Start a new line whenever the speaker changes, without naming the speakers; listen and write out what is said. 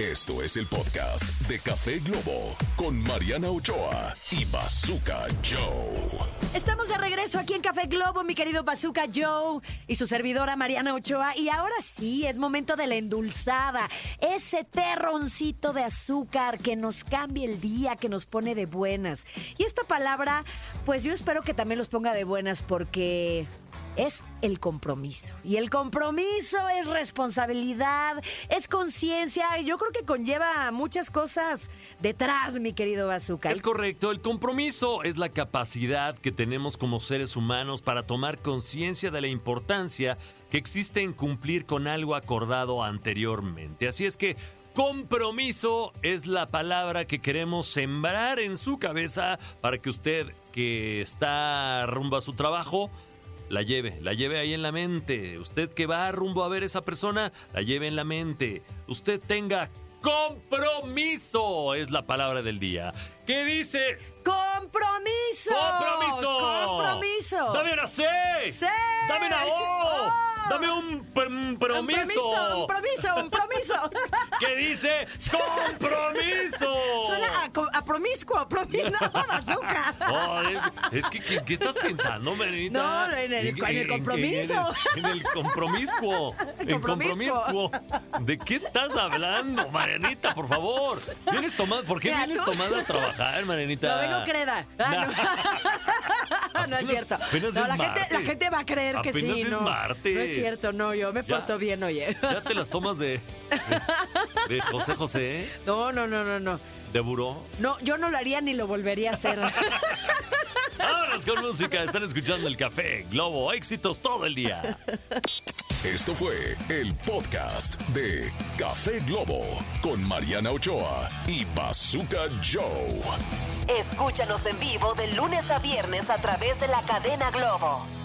Esto es el podcast de Café Globo con Mariana Ochoa y Bazooka Joe.
Estamos de regreso aquí en Café Globo, mi querido Bazooka Joe y su servidora Mariana Ochoa. Y ahora sí, es momento de la endulzada. Ese terroncito de azúcar que nos cambia el día, que nos pone de buenas. Y esta palabra, pues yo espero que también los ponga de buenas porque es el compromiso. Y el compromiso es responsabilidad, es conciencia. Yo creo que conlleva muchas cosas detrás, mi querido Bazooka.
Es correcto, el compromiso es la capacidad que tenemos como seres humanos para tomar conciencia de la importancia que existe en cumplir con algo acordado anteriormente. Así es que compromiso es la palabra que queremos sembrar en su cabeza para que usted que está rumbo a su trabajo la lleve, la lleve ahí en la mente. Usted que va rumbo a ver a esa persona, la lleve en la mente. Usted tenga compromiso, es la palabra del día. ¿Qué dice?
¡Compromiso!
¡Compromiso!
¡Compromiso!
¡Dame una C!
¡Sí!
¡Dame una O!
¡Oh!
¡Dame un pr- promiso!
¡Un promiso! ¡Un promiso! un promiso.
¿Qué dice? ¡Compromiso!
Suena a, co- a promiscuo, promiscuo, no, bazooka.
Oh, es, es que, ¿qué, qué estás pensando, Menita?
No, en el- en el compromiso.
En, el compromiso. En
Compromiscuo.
compromiso. ¿De qué estás hablando, Marianita? Por favor. ¿Vienes tomada? ¿Por qué
Mira,
vienes
tú-
tomada a trabajar, Marianita?
Lo vengo creda. Ah, no. no es
Apenas-
cierto.
apenas
No,
es
la, gente, la
martes.
gente va a creer que
Apenas
sí.
es
no.
martes.
no es cierto, no, yo me
Ya.
porto bien, oye.
Ya te las tomas de, de, de José José,
No, no, no, no, no.
de Buró.
No, yo no lo haría ni lo volvería a hacer.
Vámonos con música. Están escuchando el café, Globo, éxitos todo el día.
Esto fue el podcast de Café Globo con Mariana Ochoa y Bazooka Joe.
Escúchanos en vivo de lunes a viernes a través de la cadena Globo.